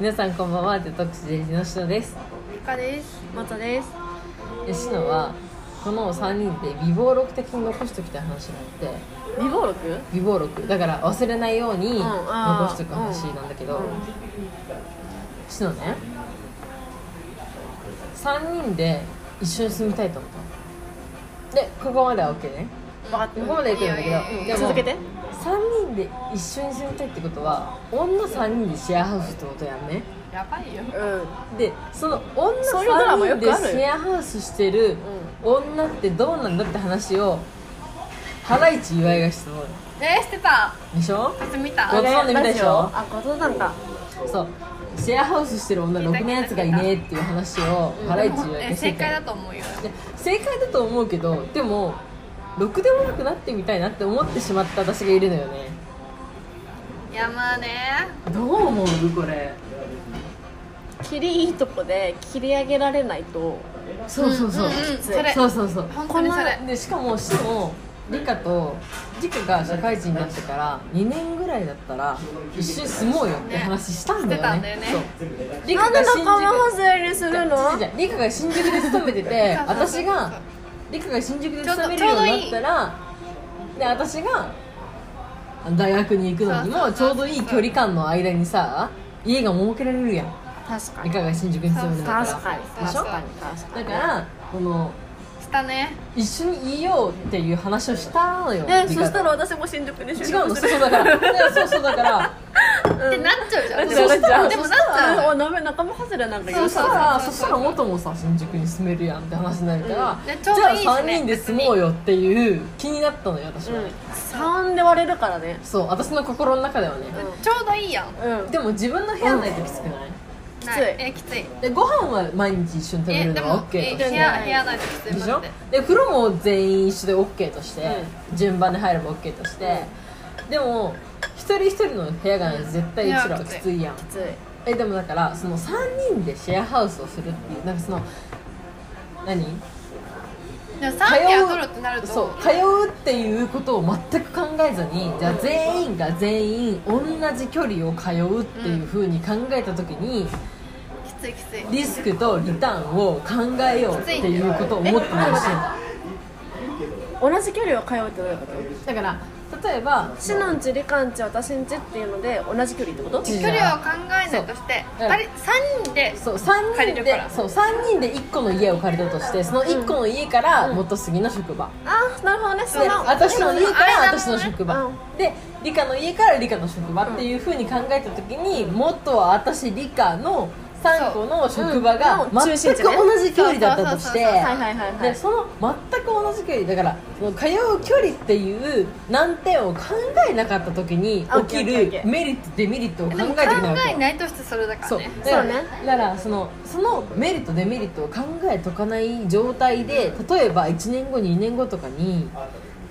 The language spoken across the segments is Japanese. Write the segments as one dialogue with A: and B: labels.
A: 皆さんこんばんはデトックスデイジのしのです
B: ゆかですまたです
A: しのはこの3人で微暴録的に残しときたい話があって
B: 未暴録
A: 微暴録だから忘れないように
B: んあー
A: 残しとく話なんだけど、しのね3人で一緒に住みたいと思ったのでここまでは OK ね
B: 分かった
A: ここまではいけるんだけど
B: いいよいい
A: で
B: よ
A: も
B: 続けて
A: 3人で一緒に住みたいってことは女3人でシェアハウスってことやんね
C: やばいよ
B: う
A: でその女
B: そういうドラマ
A: 3
B: よ
A: 人
B: く
A: で
B: あ
A: シ
B: る
A: ェアハウスしてる女ってどうなんだって話をハライチ岩井がしてたのよ
C: えー、してた
A: でしょ
C: 私見
A: ご
C: た
A: 存知みたいでしょ
B: あご存知なんだ
A: そうシェアハウスしてる女ろくなやつがいねえっていう話をハライチ岩井
C: え
A: がして
C: 正
A: た
C: 解だ
A: の
C: と思うよ
A: いや正解だと思うけどでもろくでもなくなってみたいなって思ってしまった私がいるのよね
C: いやまあね
A: どう思うこれ
B: 切りいいとこで切り上げられないと
A: そうそうそう、
C: うんうんそれ
A: そうそうそう
C: 本当にそれ
A: でしかもしも理科と理科が社会人になってから2年ぐらいだったら一緒に住もうよって話したんだよね
C: ねして
A: そう理
B: な
A: 科
B: んで
A: が新
B: 仲間
A: 宿
B: 外れするの
A: じゃ理科が新宿で勤めてて
C: そうそうそうそう
A: 私が理科が新宿で勤めるようになったらで私が大学に行くのにもち
C: そ
A: ょ
C: うそうう
A: ど
C: そうそう
A: いい距離感の間にさ家が設けられるやん
B: 確か
A: 理
B: に
A: 科が新宿に勤めるんだから
B: 確かに
C: でしょ
B: 確かに確か
A: だ
B: に
A: からこの
C: したね
A: 一緒にいようっていう話をしたのよ
B: え
A: 理
B: そ
A: 科と
B: したら私も新宿に
A: 違
B: 就
A: うの
B: 職
A: そ
B: する
A: うだ からいやそうそうだから
C: ってなっちゃうじゃ ん
B: なっちゃう
C: でもなっちゃう
B: おダメ仲間外れなんだけ
C: そ
B: ど
C: う
A: そした
C: う
A: らそしたら元もさ新宿に住めるやんって話になるから、
C: うんで
A: じ
C: ち
A: ゃ
C: ょ
A: あ
C: うどいいですね
A: 3人で住もうよっていう気になったのよ私はね、
B: 3で割れるからね
A: そう私の心の中ではね、
C: ちょうどいいやん
B: うん
A: でも自分の部屋ないときつくない、
C: きえきつい
A: でご飯は毎日一緒に食べ
C: え
A: る
C: で
A: の
C: も
A: が OK と
C: え
A: し
C: 部
A: て
C: 屋部屋ないときつい
A: でしょ
C: マジ
A: で風呂も全員一緒で OK として、順番で入れば OK として、でも一人一人の部屋がないと絶対うちらはきついやん
B: きつい
A: えでもだからその3人でシェアハウスをするっていうなんかその何
C: ででも3部屋取るってなると
A: そう通うっていうことを全く考えずにじゃあ全員が全員同じ距離を通うっていうふうに考えた時に
C: きついきつい
A: リスクとリターンを考えようっていうことを思ってほしい
B: 同じ距離を通うってどういうこと
A: だから例えば
B: シノんち、リカんち、私んちっていうので同じ距離ってこと
A: 違う
C: 距離を考えないとして
A: そう
C: あれ3人で
A: そう3
C: 借
A: 人
C: りるか
A: で
C: ら
A: そう3人で1個の家を借りたとしてその1個の家から元杉の職場、
B: あなるほどねそ
A: で
B: の
A: 私の家から
C: 間のね
A: 私の職場、
B: うん
A: で理科の家から理科の職場っていうふうに考えた時に、元は私理科の3個の職場が
B: うんの中心
A: 全
B: 地
A: く
B: ね
A: 同じ距離だったとして
C: そう
B: は
C: そうそうそう
B: いはいはいはい
A: でその全く同じ距離だからその通う距離っていう難点を考えなかった時に
B: あ
A: 起き
B: OK OK
A: る
B: OK
A: メリットデメリットを考
C: でも
A: え
C: 考
A: てみないわけ
C: えないとしてそれだから
A: そう
C: ね
A: だから
B: そうね
A: だからそのそのメリットデメリットを考えとかない状態で例えば1年後2年後とかに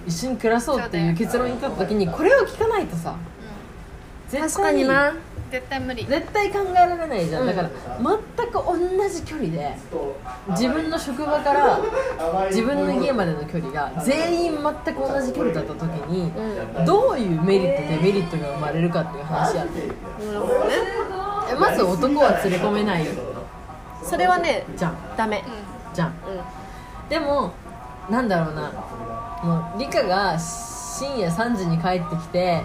A: 一緒に暮らそうっていう結論に立った時にこれを聞かないとさ絶対
B: 確かにな
C: 絶対無理
A: 絶対考えられないじゃん、
B: うん
A: だから全く同じ距離で自分の職場から自分の家までの距離が全員全く同じ距離だった時にどういうメリットデメリットが生まれるかっていう話やってる
B: なるほどね
A: えまず男は連れ込めない
B: それはね
A: じゃん
B: ダメ
A: じゃん
B: うん
A: でもなんだろうなもう理科が深夜3時に帰ってきて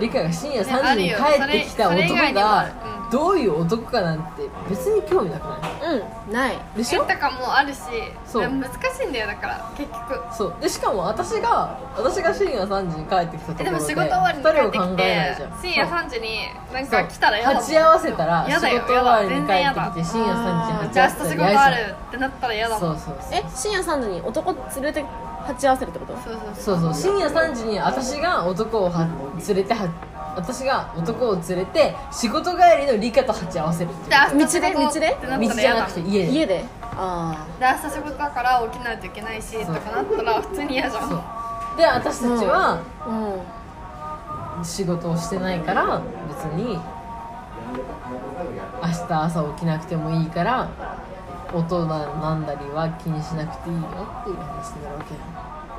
A: 理科が深夜3時に
C: ね
A: 帰
C: あ
A: っ
C: る
A: て
C: よ
A: きた
C: それそれ
A: 男
C: 以外にもある
A: がどういう男かなんて別に興味なくない
B: うんない
A: でしょ
C: えとかもあるし
A: そう
C: でも難しいんだよだから結局
A: そうでしかも私が私が深夜3時に帰ってきたところで
C: えでも仕事終わりに帰
A: 二
C: って
A: 人を考
C: き
A: えない
C: て
A: じゃん
C: 深夜
A: そう
C: 3時になん
A: そ
C: か
A: う
C: 来たら嫌だもん
A: 立ち合わせたら仕
C: やだよ
A: 事終わりに帰
C: や
A: っ
C: だ
A: て
C: 全
A: きて深夜3時に立
C: じ
A: ち
C: ゃ
A: 合
C: あ
A: わ
C: 明
A: せた
C: 日仕
A: ら嫌じ
C: 事
A: ゃ
C: あ
A: ん
C: るってなったら嫌だも
A: そ
C: ん
A: うそうそう
B: え深夜3時に男連れて鉢合わせるってこと
C: そうそう
A: そうそう深夜3時に私が男をは連れては私が男を連れて仕事帰りの理科と鉢合わせるって
C: じゃあ明日仕事
B: 道で道で
C: ってな
A: いう
C: っ
A: 道
C: たら
A: じゃ
C: 嫌
A: な
C: だ
A: く
C: で
A: て家で
B: 家であ
C: 明日仕事だから起きないといけないしとかなったら普通に嫌じゃ
A: そうんで私たちは
B: あうん
A: 仕事をしてないから別に明日朝起きなくてもいいから大人なんだりは気にしなくていいよっていう話になるわけよ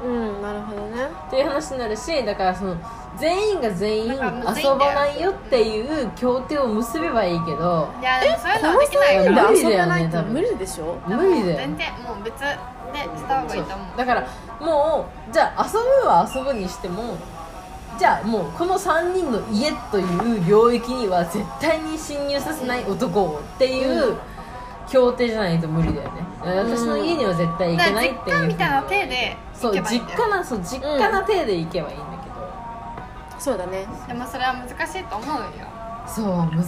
B: うんなるほどね
A: っていう話になるしだからその全員が全員遊
C: なんかむずいんだよ
A: ばないよっていう協定を結べばいいけど
C: いやでもそういうのはできない
A: え
B: 3
C: から
A: この人
B: 人で
A: で
B: 遊ば
A: 遊ば
B: な
A: ないい
B: と
A: と
B: 無
A: 無
B: 理でしょ
A: 無理だよ
C: 全然もう別でした方がいいと思う
A: だからもうじゃあ遊ぶは遊ぶにしてもじゃあもうこの3人の家という領域には絶対に侵入させない男をっていう協定じゃないと無理だよね私の家には絶対行けないって
C: だから実家
A: い
C: み
A: う
C: たいな手で
A: そ
C: 行
A: う
C: けばいい
A: 実
C: んだよ
A: 家なそう実家な体で行けばいいんだけど、
B: そうだね
C: でもそれは難しいと思うよ
A: そ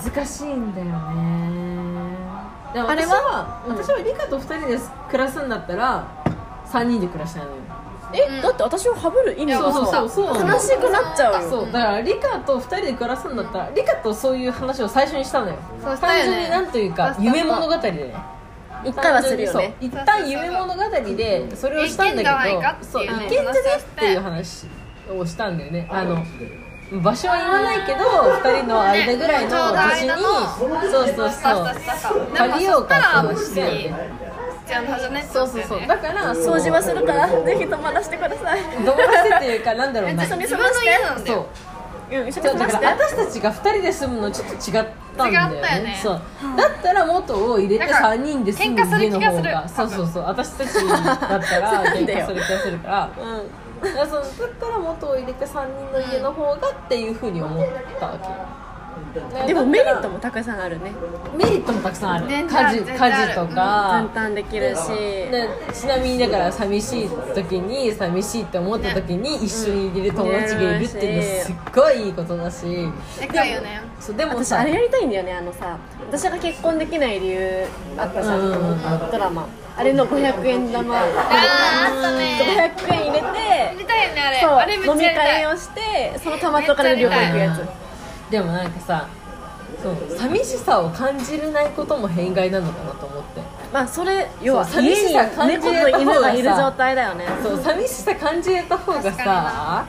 A: う難しいんだよねでも
B: あ
A: 私
B: れは
A: は、
B: うん
A: 私はリカと2人で暮らすんだったら3人で暮らしたいのよ
B: え、
C: うん
B: だって私をハブる意味が
A: そう
B: さ
A: そうそうそう
B: 悲しくなっちゃうよ
A: そうだからリカと2人で暮らすんだったらリカとそういう話を最初にしたのよ
C: そうした
A: 単
C: よ
A: 純
C: ね
A: になんという
C: そう
A: か
C: そう
A: 夢物語で
B: 一回はするよね
A: そう一旦夢物語でそれをしたんだけど
C: そうそうそう
A: そう
C: い
A: い
C: け
A: け
C: ん
A: ん
C: じ
A: じゃ
C: ゃね
A: ね
C: っ
A: ってて
C: い
A: いうう話をしたんだよねあの場所は言わないけど2人の間ぐらいの年にそうそう
C: スタ
A: そ
C: ス
A: う
C: タスタスタで
A: 借
C: も
A: りよ
C: そうした
A: からと
C: もし
A: して
C: 必要なはずねって
A: そ
C: こ
A: うそ
C: と
A: う
C: だ
A: そう
C: よね
A: だからそう
B: 掃除はするからぜひ友達してください
A: どうしてっていうかなんだろうな
C: 別
A: そ
C: に
A: う
C: 自分の家なんだよ
B: うん一緒に
A: そ
B: 済
A: う
B: ま
A: だか
B: して
A: ら私たちが2人で住むのちょっと違ったんだよ
C: 違
A: ね
C: ったよね
A: そうだったら元を入れて
C: だから
A: 3人で住む家の方が
C: 喧嘩す
A: そ
C: る気がする
A: うそうそう私たち だったら
B: そうなん
A: 喧
B: だよ
A: 嘩する気がするから
B: うん
A: だからそのだったら元を入れて3人の家の方がっていうふうに思ったわけ
B: でもメリット
A: も
B: もたくさんあるね
A: メリットもたくさんある家
C: 全然ある
A: 事
C: 全然あ
A: 家
C: る
A: 事とか、
B: 簡単できるし
A: ねちなみにだから寂しい時に寂しいって思った時に一緒にいる友達がいるっていうのはすっごいいいことだし
C: でかいよね
A: そうでも
B: 私
A: さ
B: あれやりたいんだよねあのさ私が結婚できない理由あったじゃん、
A: うんうんうん
B: ドラマあれの500円玉
C: あーあったね
B: 500円入れ
C: や
B: て
C: りたいよねあれ
B: そう
C: あれめっちゃ
B: 飲み
C: やりたい
B: 会をしてそのたまったお金で旅行行くやつ
A: でもなんかさそう寂しさを感じれないことも弊害なのかなと思って
B: まあそれ要は
A: そう寂
B: 家
A: し
B: に
A: さ感じる
B: 猫と犬がいる状態だよね
A: そう寂しさ感じれた方が
C: 確か
A: さ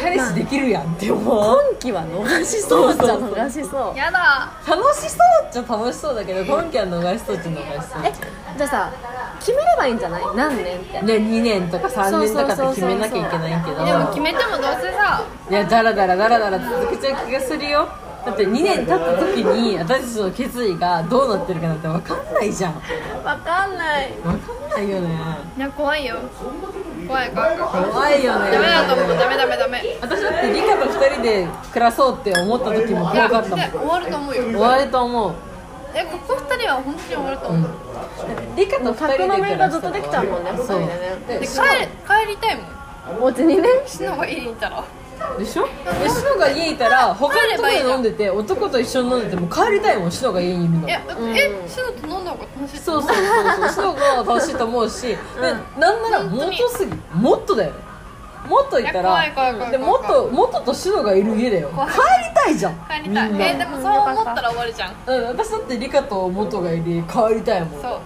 A: 彼氏できるやんって思う
B: 今期は逃しそうっちゃ逃しそう
C: やだ
A: 楽しそうっちゃ楽しそうだけど今期は逃しそうっちゃ逃しそう
B: えじゃあさ決めればいいんじゃない何年って
A: ね、2年とか3年とかって決めなきゃいけないけど
C: でも決めてもどうせさ
A: いやだらだらだらだら続けちゃう気がするよだって2年経った時に私たちの決意がどうなってるかなんて分かんないじゃん
B: わかんない
A: 分かんないよね
C: いや怖いよ怖い怖い怖い
A: 怖いよね
C: ダメだと思うダメダメダメい
A: 私だってリカと2人で暮らそうって思った時も怖
C: や
A: か
C: マ
A: っ
C: ジ
A: た
C: で
A: もん
C: 終わると思うよ
A: 終わると思う
C: えここ二人は本当に終わると思う、
A: リカと2人
B: 宅
A: で
B: 飲み
A: 暮
B: が
A: ら
B: ずっ
A: す
B: とできちゃうもんね二人
A: そう
B: でね
C: で
A: で
C: 帰
A: しかも
C: 帰りたいもん
B: おうちにね
C: 死の方が家にいたら
A: でしょでシノが家いたら他のとこ
C: 帰ればいいじゃん
A: で飲んでて男と一緒に飲んでても帰りたいもんシノが家にいるの
C: え、だってえ死のと飲んだ方が楽しいと
A: そう
C: 思
A: そうそうそうそうが正しいと思うし、でなんなら
C: 本当
A: 元
C: に
A: すぎもっとだよねもっといた
C: いや
A: ら
C: 怖い怖い怖い怖い
A: でもっともっととシノがいる家だよ帰
C: 怖い
A: りたいじゃん
C: 帰りたい
A: みんな
C: えでもそう思ったら終わるじゃん
A: うん、私だってリカと元がいる家帰りたいもん
C: そう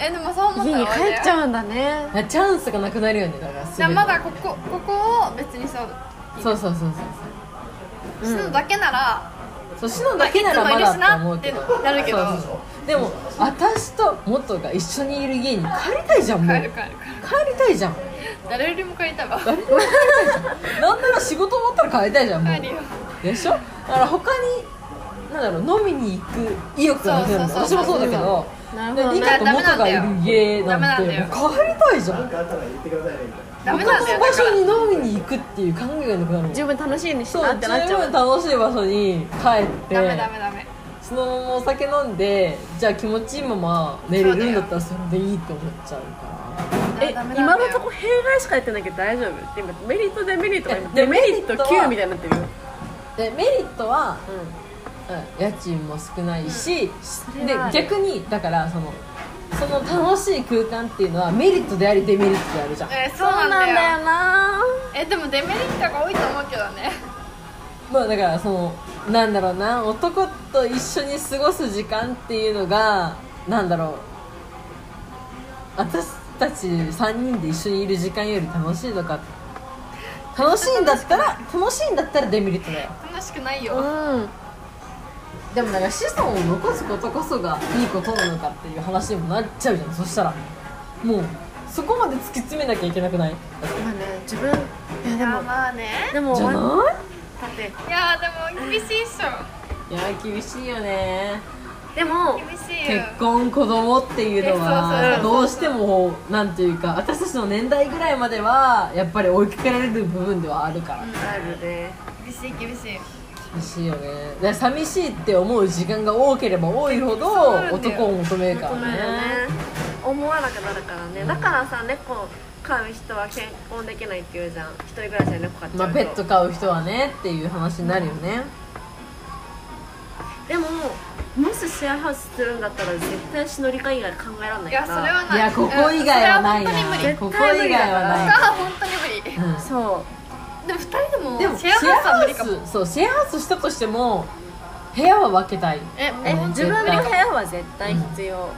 C: えでもそう思った
B: 家に
C: ら
B: 帰
C: 終わる
B: っち
C: じゃん
B: ゃうんだね
A: だからチャンスがなくなるよねだからす
C: じゃあまだここここを別にそう
A: そうそうそうそう
C: 死のだけなら、
A: そうシノだけならまだって思うけど
C: いつもいるしなってなるけど
A: そうそうそうでも私と元が一緒にいる家に帰りたいじゃんもう
C: 帰
A: 帰
C: る帰る
A: りたいじゃん
C: 帰る誰よりも帰りたいわ
A: 誰でも帰りたいじ ゃんなんなら仕事終わったら帰りたいじゃんもう
C: 帰るよ
A: でしょだから他になんだろう飲みに行く意欲がなくなるの
C: そうそう
A: 私
C: そう
A: もそうだけど
B: なるほ
A: で
B: ど
A: リ
B: ね
A: カと元がいる家
C: ダメ
A: な
C: なん
A: ん
C: だ
A: て
C: よ
A: もう帰りたいじゃん
D: あったら言ってくださいねみたいな。
C: ダメなんだ
A: 他
C: よ
A: の場
C: だから
A: 所に飲みに行くっていう考えがなくなるもん
B: 十分楽しいにし
A: そう
B: なってなっち
A: 十
B: ゃ
A: 分
B: う
A: 楽しい場所に帰って
C: ダメダメダメ
A: そのままお酒飲んでじゃあ気持ちいいまま寝れるんだったらそれでいいと思っちゃうか
B: え
C: ダメダメ
B: 今のとこ弊害しかやってないけど大丈夫今メリットデメリットが
A: いや
B: デメリッ
A: デメリッ
B: ト
A: トは
B: 9みたいになってるよ
A: らでメリットは、うん、家賃も少ないし、で
B: れはある
A: 逆にだからそのその楽しい空間っていうのはメリットでありデメリットであるじゃん
C: えそうなんだよ
B: な
C: えでもデメリットが多いと思うけどね
A: まあだからそのなんだろうな男と一緒に過ごす時間っていうのがなんだろう私たち3人で一緒にいる時間より楽しいとか楽しいんだった ら楽しいんだったらデメリットだよ
C: 楽しくないよ、
B: うん
A: でもだから子孫を残すことこそがいいことなのかっていう話にもなっちゃうじゃんそしたらもうそこまで突き詰めなきゃいけなくない
B: まあね自分いや
C: い
B: で
C: や
B: も
C: まあね
B: でも
A: じゃ
B: わ
A: ない
B: だって
C: いやでも厳しいっしょ
A: いや厳しいよね
B: でも
C: 厳しいよ
A: 結婚子供っていうの
C: え
A: は
C: そうそう
A: どうしてもなんていうか私たちの年代ぐらいまではやっぱり追いかけられる部分ではあるから
B: あるね
C: 厳しい厳しい
A: 厳しいよねだから寂しいって思う時間が多ければ多いほど
C: そうなんだよ
A: 男を求めるか
B: 求
A: ら
B: め
A: ね
B: るね思わなくなるからねだからさ猫飼う人は結婚できないって言うじゃん一人暮らしで猫飼っちゃうと、
A: まあペット飼う人はねっていう話になるよね
B: でももしシェアハウスするんだったら絶対しのりか以外考えられない
C: い
B: から
C: やそれはいない
A: やここ以外はない
C: うんそれは
A: なこ
C: 本当に無理
A: こ以
B: 絶対無理
A: 外
B: だ
A: は
B: から
A: ない
C: それは本当に無理
A: うん
B: そう
C: でも二人でも
A: でもシ
C: シ
A: ェア
C: ェアハ
A: ハ
C: ウスは無
A: ウ
C: 理かも
A: スそうシェアハウスしたとしても部屋は分けたい
C: え
B: え
A: うん
B: 自分の部屋は絶対必要、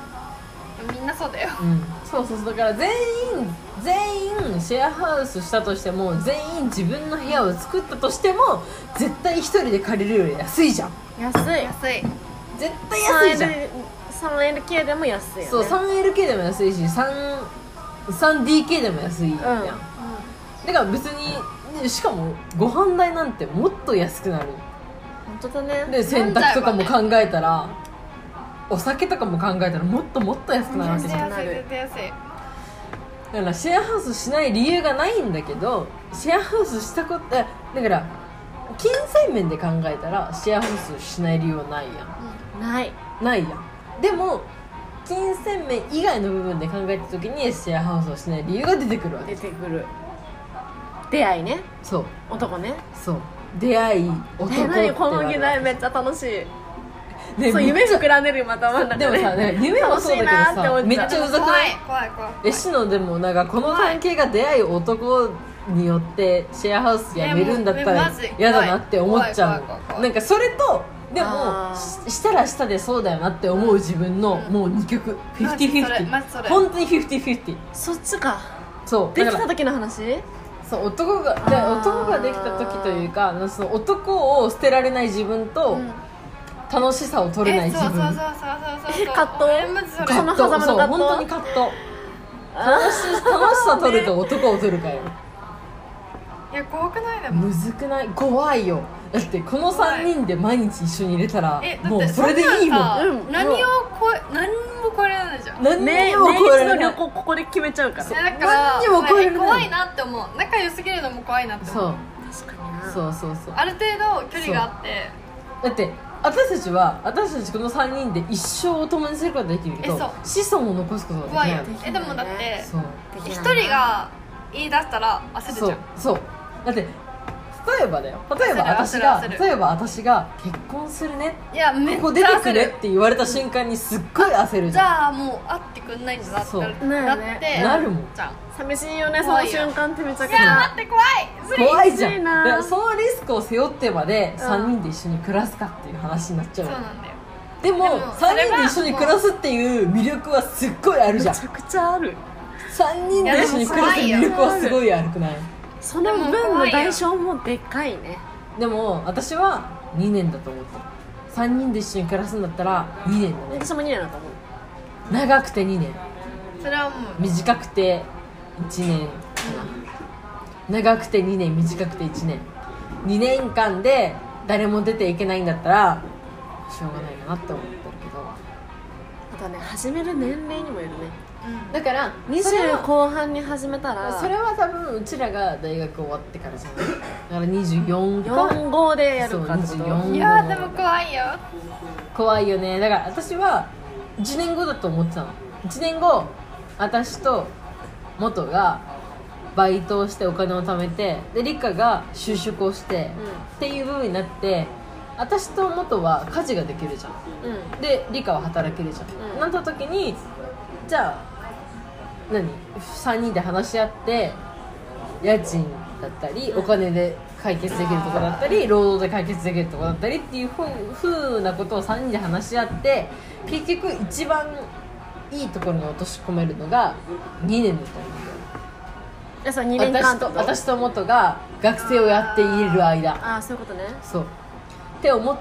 C: みんなそうだよ
A: うんそうそうそうだから全員全員シェアハウスしたとしても全員自分の部屋を作ったとしても絶対一人で借りるより安いじゃん
B: 安い
C: 安い
A: 絶対安いじゃん
B: 3LK でも安いよね
A: そう 3LK でも安いし 3- 3DK でも安いやん、
B: うん
A: だから別にねしかもご飯代なんてもっと安くなる
B: 本当だね
A: で洗濯とかも考えたら、お酒とかも考えたらもっともっと安くなるわけ
C: 絶
A: じゃん
C: 対
B: な
C: 安い
B: る
C: 絶対安い
A: だからシェアハウスしない理由がないんだけどシェアハウスしたことえだから金銭面で考えたらシェアハウスしない理由はないや
B: ない
A: んないやんでも金銭面以外の部分で考えた時にシェアハウスをしない理由が出てくるわけ
B: 出てくる出会いね
A: そう
B: 男ね
A: そう出会い男って
B: え
A: なる
B: 何この議題めっちゃ楽しい
A: ね
B: そう
A: めっ
B: 夢膨らんでるまた真ん中
A: でもさね 夢もそうだけどさ
B: 楽しいなって思っ
A: めっ
B: ちゃう
A: ちゃうざくな
C: 怖
A: い
C: い怖い怖い
A: えしのでもなんかこの関係が出会う男によってシェアハウスやめるんだった
C: いや
A: ら
C: もうね
A: 嫌だなって思っちゃ
C: 怖い怖い怖い怖
A: う
C: い
A: なんかそれとでも
B: あー
A: ししたらしたでそうだよなって思う自分のもう2曲
C: マジそれマジそ
A: 5050
C: れ
A: 本当に5050
B: そっちか
A: そう
B: で
A: だ
B: き
A: か
B: た
A: ら
B: 時の話
A: そう男がで
B: あー
A: 男ができた時というかなんかその男を捨てられない自分と
C: ん
A: 楽しさを取れない
C: えそう
A: 自
C: そうそう
A: 分
C: そうそうそう
B: え葛藤
C: マジそれ
B: 葛藤その狭間の
A: そう
B: 葛
A: 本当に葛藤
B: あ
A: 楽し楽しさ取るか男を取るかよ
C: いや怖くないでも
A: むずくない怖いよだってこの3人で毎日一緒にいれたら
C: えだって
A: もうそれでいいもん
C: そなさ
B: うん
C: 何を超え何も超えられないじゃん
A: 何
B: ね
A: に
B: 年
A: も超え
B: 一
A: ら
B: の
A: れな
B: 旅
A: い
B: 行ここで決めちゃうから
C: えだか
A: 何
C: ら
A: にも超えられない
C: 怖いなって思う仲良すぎるのも怖いなって思う
A: そう
B: 確かにな
A: そうそうそう
C: ある程度距離があって
A: だって私たちは私たちこの3人で一生を共にすることができるけど
C: えそう
A: 子孫を残すことができ
C: 怖い
A: な
C: よ
A: い
C: えでもだって
A: そう
B: でき
C: 一
B: ない
C: 人が言い出したら焦るじゃ
A: そうんそうだって例えばだよ例えば私
C: 焦る
A: が
C: 焦る焦る
A: 例えば私が結婚するね
C: いやめっ
A: ここ
C: ち
A: 出
C: ゃ
A: て
C: 焦
A: くれ
C: る
A: って言われた瞬間にすっごい焦るじ
C: じ
A: ゃん
C: ゃあもう会ってくんないんだなって
A: そう
C: なる
B: な
C: な
B: るね
C: って
A: なるもん
C: じゃん
B: 寂しいよねその
C: 怖いよ
B: 瞬間ってめちゃく
C: い
B: ちゃ
C: や待って怖いずるい
A: 怖いじゃ
B: きつ
A: ん
B: いな
A: だからそのリスクを背負ってまで
B: うん
A: 3人で一緒に暮らすかっていう話になっちゃ
C: そう
A: う、
C: なんだよ
A: でも
C: でも
A: 3人で一緒に暮らすっていう魅力はすっごいあるじゃん
B: めちゃくちゃある
A: 3人で一緒に暮らす魅力はすごいあるくない
B: その分の代償もでかいね
A: でも私は2年だと思ってる3人で一緒に暮らすんだったら2年だね
B: 私も2年だと思う
A: 長くて2年
C: それはもう
A: 短くて1年長くて2年短くて1年2年間で誰も出ていけないんだったらしょうがないかなって思ってるけど
B: あとね始める年齢にもよるね
C: うん
A: だからそれ
B: 20
A: は
B: 後半に始めたら
A: それは多分うちらが大学終わってからじゃないだから24か
B: 45でやるかってこ
A: そう
B: と
A: 24
C: いやでも怖いよ
A: 怖いよねだから私は1年後だと思ってたの1年後私と元がバイトをしてお金を貯めてで理科が就職をして、っていう部分になって私と元は家事ができるじゃん
B: うん
A: で理科は働けるじゃん、
B: うん
A: なった時にじゃあ何3人で話し合って家賃だったりお金で解決できるとこだったり労働で解決できるとこだったりっていうふうふうなことを3人で話し合って結局一番いいところに落とし込めるのが2年だと思
B: いやさ2
A: うよ
B: 年間
A: 私
B: って
A: と
B: こと
A: 私と元が学生をやっている間
B: ああそういうことね
A: そうって思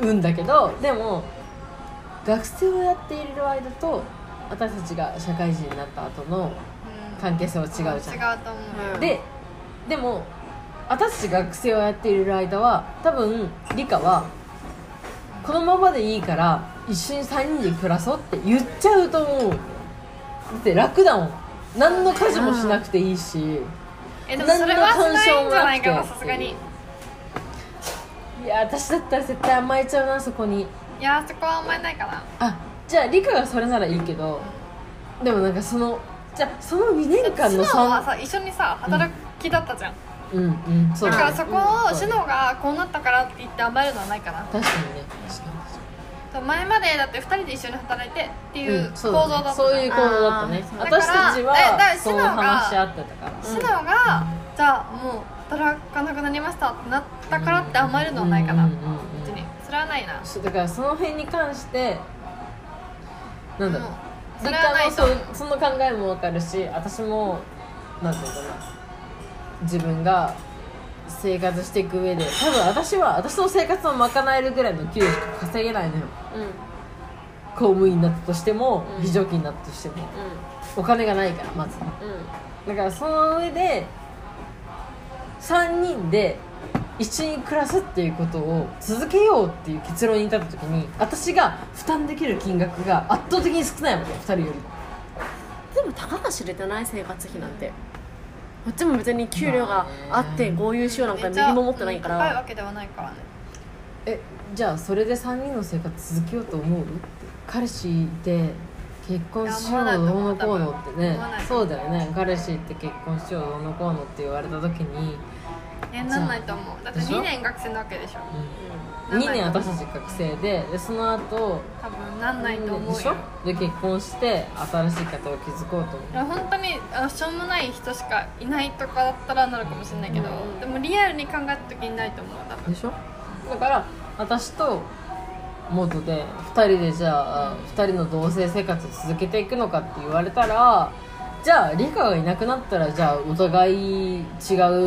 A: うんだけどでも学生をやっている間と私たちが社会人になった後の関係性は違うじゃん
C: 違うと思う、
B: うん
A: ででも私たち学生をやっている間は多分理科はこのままでいいから一緒に3人で暮らそうって言っちゃうと思うだって楽だもん何の家事もしなくていいし、
C: えでもそれは
A: 何の干
C: しない
A: 渉
C: ん
A: も
C: じゃないか
A: な
C: な
A: くて
C: さすがに
A: いや私だったら絶対甘えちゃうなそこに
C: いやーそこは甘えないかな
A: あじゃあ理科がそれならいいけどでもなんかそのじゃあその2年間の
C: シノは
A: 3
C: さ一緒にさ働きだったじゃん、
A: うんうんそう
C: だ
A: だ
C: から
A: ね
C: そこ
A: うん
C: をシノがこうなったからって言って甘えるのはないかな
A: 確かにね確かに
C: 前までだって2人で一緒に働いてってい
A: うん
C: う構
A: そ
C: 造
A: うだ
C: だ
A: ね
C: ったじゃん、
A: そういう構造だったね
B: あー
A: 私たち
C: だからえだから
A: は
C: 素
A: そう
C: 直が
A: 話し合ってたから
C: シノが、じゃあもう働かなくなりましたってなったからって甘えるのはないかな、
A: うんうんうんうん
C: 別にそれはないな
A: そうだからその辺に関してなんだろう
C: もうそ
A: 実
C: れはな
A: 家
C: い
A: の
C: と思う
A: そその考えもわかるし私もなんていうのかな自分が生活していく上で多分私は私の生活を賄えるぐらいの給料しか稼げないのよ
B: うんうん
A: 公務員になったとしても
B: うん
A: 非常勤になったとしてもお金がないからまず
B: うん
A: だからその上で3人で一緒に暮らすっていうことを続けようっていう結論に至った時に私が負担できる金額が圧倒的に少ないわけ2人より
B: でもたかが知れてない生活費なんてこっちも別に給料があっ
A: まあ
B: て
A: ね
B: 合流しようなんか右も持ってないか
C: 高いわ
B: ら
C: けではないからね
A: えじゃあそれで3人の生活続けようと思う彼氏いて結婚しよう
C: いや
A: ど
C: 思
A: うの
C: わないと
A: こ
C: 思う
A: うのってね
C: 思わないと
A: そうだよね彼氏いて結婚しようどうのこうのって言われた時に、
C: えなんないと思うだって
A: でしょ
C: 2年学生なわけでしょ
A: う2年私たち学生ででその後
C: 多分なんないと思
A: で
C: う
A: しょ
C: よ
A: で結婚して新しい方を築こうと思う
C: いや本当にあしょうもない人しかいないとかだったらなるかもしれないけど、
B: うん
C: でもリアルに考えた時にないと思う多分
A: でしょだから私と元で2人でじゃあ2人の同棲生活を続けていくのかって言われたらじゃあ理科がいなくなったらじゃあお互い違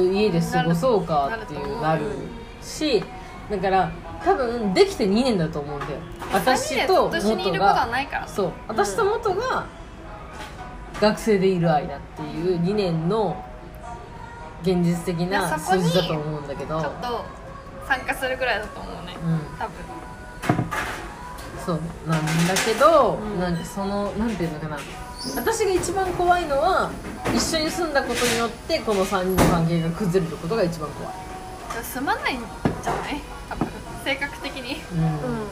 A: う家で過ごそうかっていう
C: な
A: な
C: る
A: る
C: と思
A: しだから多分できて2年だと思うんだよ私と
C: 二人でずっ一緒にい
A: 元
C: ること
A: が
C: はないから
A: そう私と元が学生でいる間っていう2年の現実的
C: い
A: な
C: やそこ
A: 数
C: に
A: 字だと思うんだけど
C: ちょっと参加するぐらいだと思うね
A: うん
C: 多分
A: そうなんだけど、
B: うん
A: なんかそのなんていうのかな私が一番怖いのは一緒に住んだことによってこの3人の関係が崩れることが一番怖い、
C: すまないんじゃない多分性格的に
A: うん
B: うん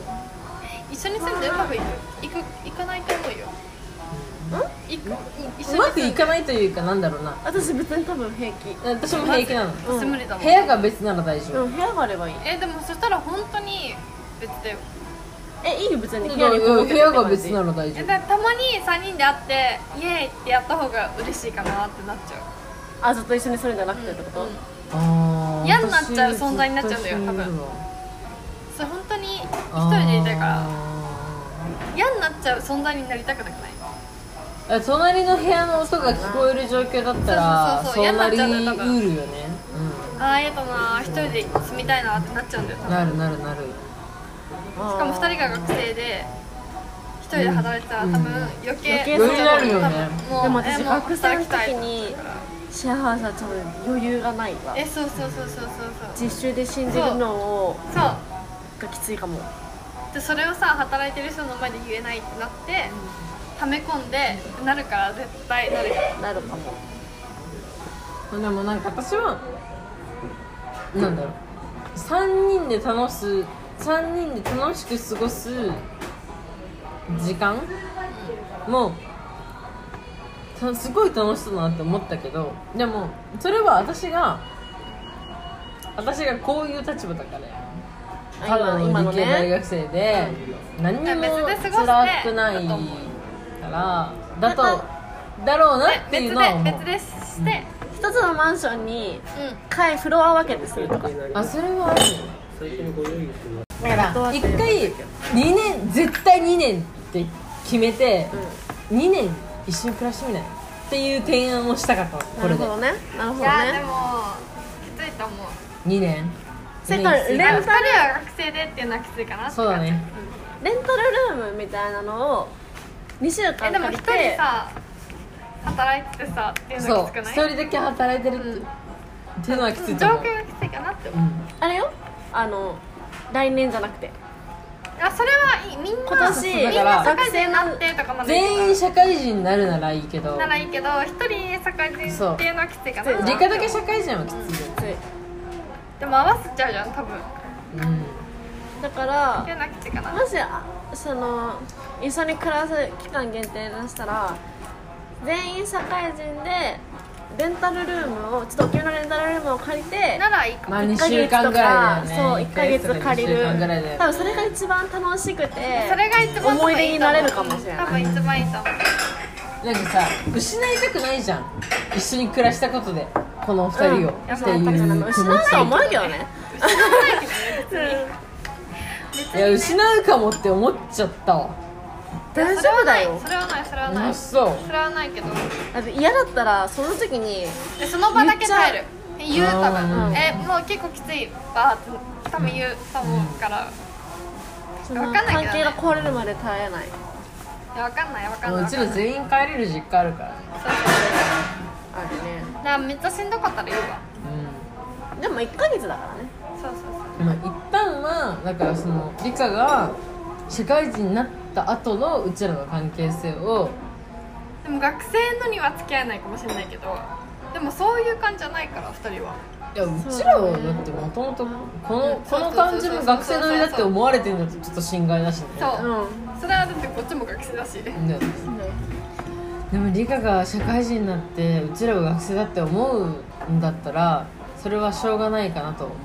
C: 一緒に住んでうまくいくいくいかないと思うよいく一緒
A: う
C: に
A: まくい
C: 住んで
A: かないというかなんだろうな
B: 私別に多分平気
A: 私も平気なの
B: うん
C: 住むれたもん
A: 部屋が別なら大丈
B: う
A: 夫、
B: ん部屋があればいい
C: えでもそしたら本当に別だよ
B: えいいよ別に
A: だ
B: 部
A: か
B: 屋
A: ら
B: にこもっ
A: 部
B: てて
A: 屋が別なら大丈
C: え
A: 夫
C: だたまに3人で会ってイエーイってやった方が嬉しいかなってなっちゃ
B: あずっと一緒に住んでなく
C: う、
B: てってこと、
C: うん
A: あー
C: 嫌になっちゃう
A: 私
C: 存在になっちゃうんだよ
A: ずと一緒にいるわ
C: それ本当に一
A: あー
C: 人でいたいから嫌になっちゃう存在になりたくなくない
A: え隣の部屋の音が聞こえる状況だったら
C: そうそうそうそう
A: そうなりう
C: 嫌
A: る
C: に
A: よ
C: なっちゃうね多
A: ね
C: 分
A: うん
C: ああやだな一人で住みたいなってなっちゃうんだよ多分
A: なるなるなる
C: しかも2人が学生で1人で働いてたら多分余計
B: 余計
A: 余裕になるよね
C: 多分
B: でも
C: もう
B: 私
C: えもう
B: 学生の時
C: 働きたい
B: に
C: だから
B: シェアハウスは多分余裕がないわ
C: えそうそうそうそうそうそう
B: 実習で死んでるのを
C: そう
B: がきついかも
C: でそれをさ働いてる人の前で言えないってなって溜め込んでなるから絶対なるよ
B: なるかも
A: でもなんか私はなんだろう3人で楽す3人で楽しく過ごす時間もたすごい楽しそうだなって思ったけどでもそれは私が私がこういう立場だからよただの
B: 今
A: 理
B: の
A: 系大
B: ね
A: 学生で何にも
C: 別で過ごして
A: 辛くない
C: だと思
A: からだとだろうなってい
C: 別で
A: うのは思う
C: 別でして
B: 一つのマンションに
C: うん
B: 階フロア分けてするとか
A: あそれはあるよだから
B: 断って
A: 1回2年絶対2年って決めて、2年一緒に暮らしてみないっていう提案をしたかったのこ
B: な
A: れ
B: る
A: で
B: ほどねなるほ
C: い
B: ど
C: やで
B: ね
C: もきついと思う
A: 2年
B: それから
A: 二
C: でも2
A: 年
C: 人は学生でっていうのはきついかなって
A: そうだね
B: レンタルルームみたいなのを2週
C: え
B: 間
C: でも
B: 借
C: 1
B: り
C: 人
B: て
C: さ働いててさっていうの
A: そ
C: が
A: う
C: きつくない
A: 一人だけ働いてるって,、
C: うん
A: っていうのはきついと
C: 状
A: 思う
C: 況がきついかなって思う
A: うん
B: あれよあの来年じゃなくて
C: あそれはいいみんな
B: 今年
A: そうだ
C: み
A: か
C: んな
A: ら
C: 社会人になってとかまでいいかな
A: 全員社会人になるならいいけど
C: ならいいけど一人社会人っていうのはきついかな
B: そう
A: 理科だけ社会人はきついよね、
C: でも合わせちゃうじゃん多分
A: うん
B: だか
C: って
B: ら
C: いうのはきついかな
B: もしあその一緒に暮らす期間限定にしたら全員社会人でレンタルルームをちょっと沖縄のレンタルルームを借りて
C: ならいいかも
A: まあ2週間ぐらいだよね
B: そう1ヶ月
A: とか
B: 借り
A: 二
B: る
A: 週間ぐらいだよ
B: 多分それが一番楽しくて
C: それが一番
B: 思い出になれるかもしれない
C: 多分一番いいと思う
A: なんかさ失いたくないじゃん一緒に暮らしたことでこのお二人を、
B: うん
A: って
B: やっぱり
A: いう気
B: 失
A: 持
B: う
A: ち
B: とは思うけどね
A: いや失うかもって思っちゃったわ
B: 大丈夫だよ
C: それはないそれはな
A: あ
C: いそ
A: そう
C: れはないけど
B: だって嫌だったらその時に
C: でその場だけ耐える言う多
A: う
C: 分
A: ん
C: えもう結構きついバーって多分言うと思うから
B: その
C: わかんないけ
B: 関
C: ど
B: 係
C: ね
B: が壊れるまで耐えない
C: いやわかんないわかん
A: も
C: な
A: う
C: いう
A: ちら全員帰れる実家あるからね
C: そうそうそう
B: あるね
C: だからめっちゃしんどかったら言うわ
B: でも1ヶ月だからね
C: そうそうそう
A: うんまあ一旦はだからその理科が社会人になった後のうちらの関係性を
C: でも学生のには付き合えないかもしれないけどでもそういう感じじゃないから2人はい
A: やうちらはだってもともとこのこの感じも学生の身だって思われてるのとちょっと心外だしね
C: そう、
B: う
C: それはだってこっちも学生だし
A: ねでも理科が社会人になってうちらが学生だって思うんだったらそれはしょうがないかなと思う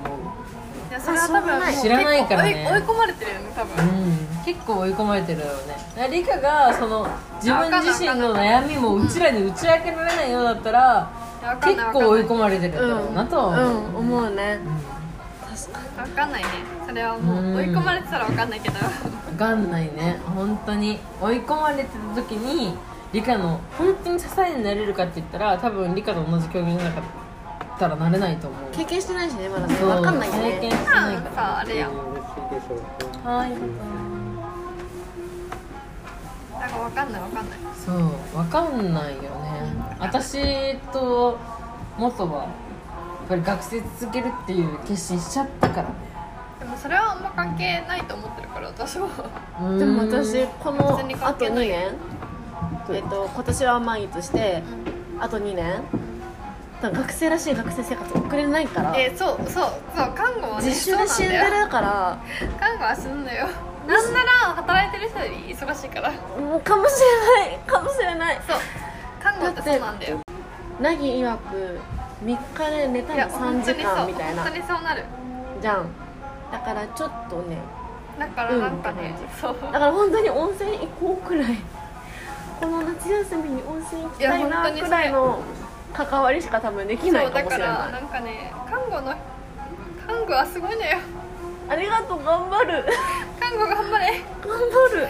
C: いやそれは多分もう
A: 知らないからね
C: 結構追い追い込まれてるよね多分、
A: うん結構追い込まれてるよねだから理科がその自分自身の悩みもうちらに打ち明けられないようだったら
C: わか
A: 結
C: んないわかんない
A: 構追い込まれてるんだ
B: ん
A: ろうなとは思う、
B: うん思うね確か
C: わかんないねそれはも
A: うん
C: う追い込まれてたらわかんないけど
A: わかんないね本当に追い込まれてた時に理科の本当に支えになれるかって言ったら多分理科と同じ競技じゃなかったらなれないと思う
B: に経験してないしねまだね
A: そう
B: 分かんないよ
A: 経験
B: ね
A: してないか
C: なん
A: ら
C: かあれや
A: はい
C: なんかわかんないわかんない
A: そうわかんないよね私と元はやっぱり学生続けるっていう決心しちゃったからね
C: でもそれはあんま関係ないと思ってるから私は
B: でも私
A: う
B: この
C: 別に
B: あ
C: 関
B: と
C: 係
B: 2
C: ない
B: 年えっと今年は満月してあと2年多分学生らしい学生生活送れないから
C: えそうそうそう看護はね
B: 実習で死んで
C: そうなんだよ
B: るから
C: 看護は死ぬのよなんなら働いてる人より忙しいから
B: もうかもしれないかもしれない
C: そう看護ってそうなんだよ
B: なぎ曰く3日で寝た
C: い
B: ら
C: や本
B: 3
C: 当
B: 時
C: にそう
B: 間みたいな
C: 本当にそうなる
B: じゃんだからちょっとね
C: だからなんかね、そう
B: だから本当に温泉行こうくらいこの夏休みに温泉行きたい
C: いや本当
B: な
C: にそれ
B: くらいの関わりしか多分できない
C: そう
B: か
C: だ
B: も
C: か
B: しれ
C: ら
B: な
C: ないんかね看護の看護はすごいのよ
B: ありがとう頑張る
C: 看護頑張れ
B: 頑張る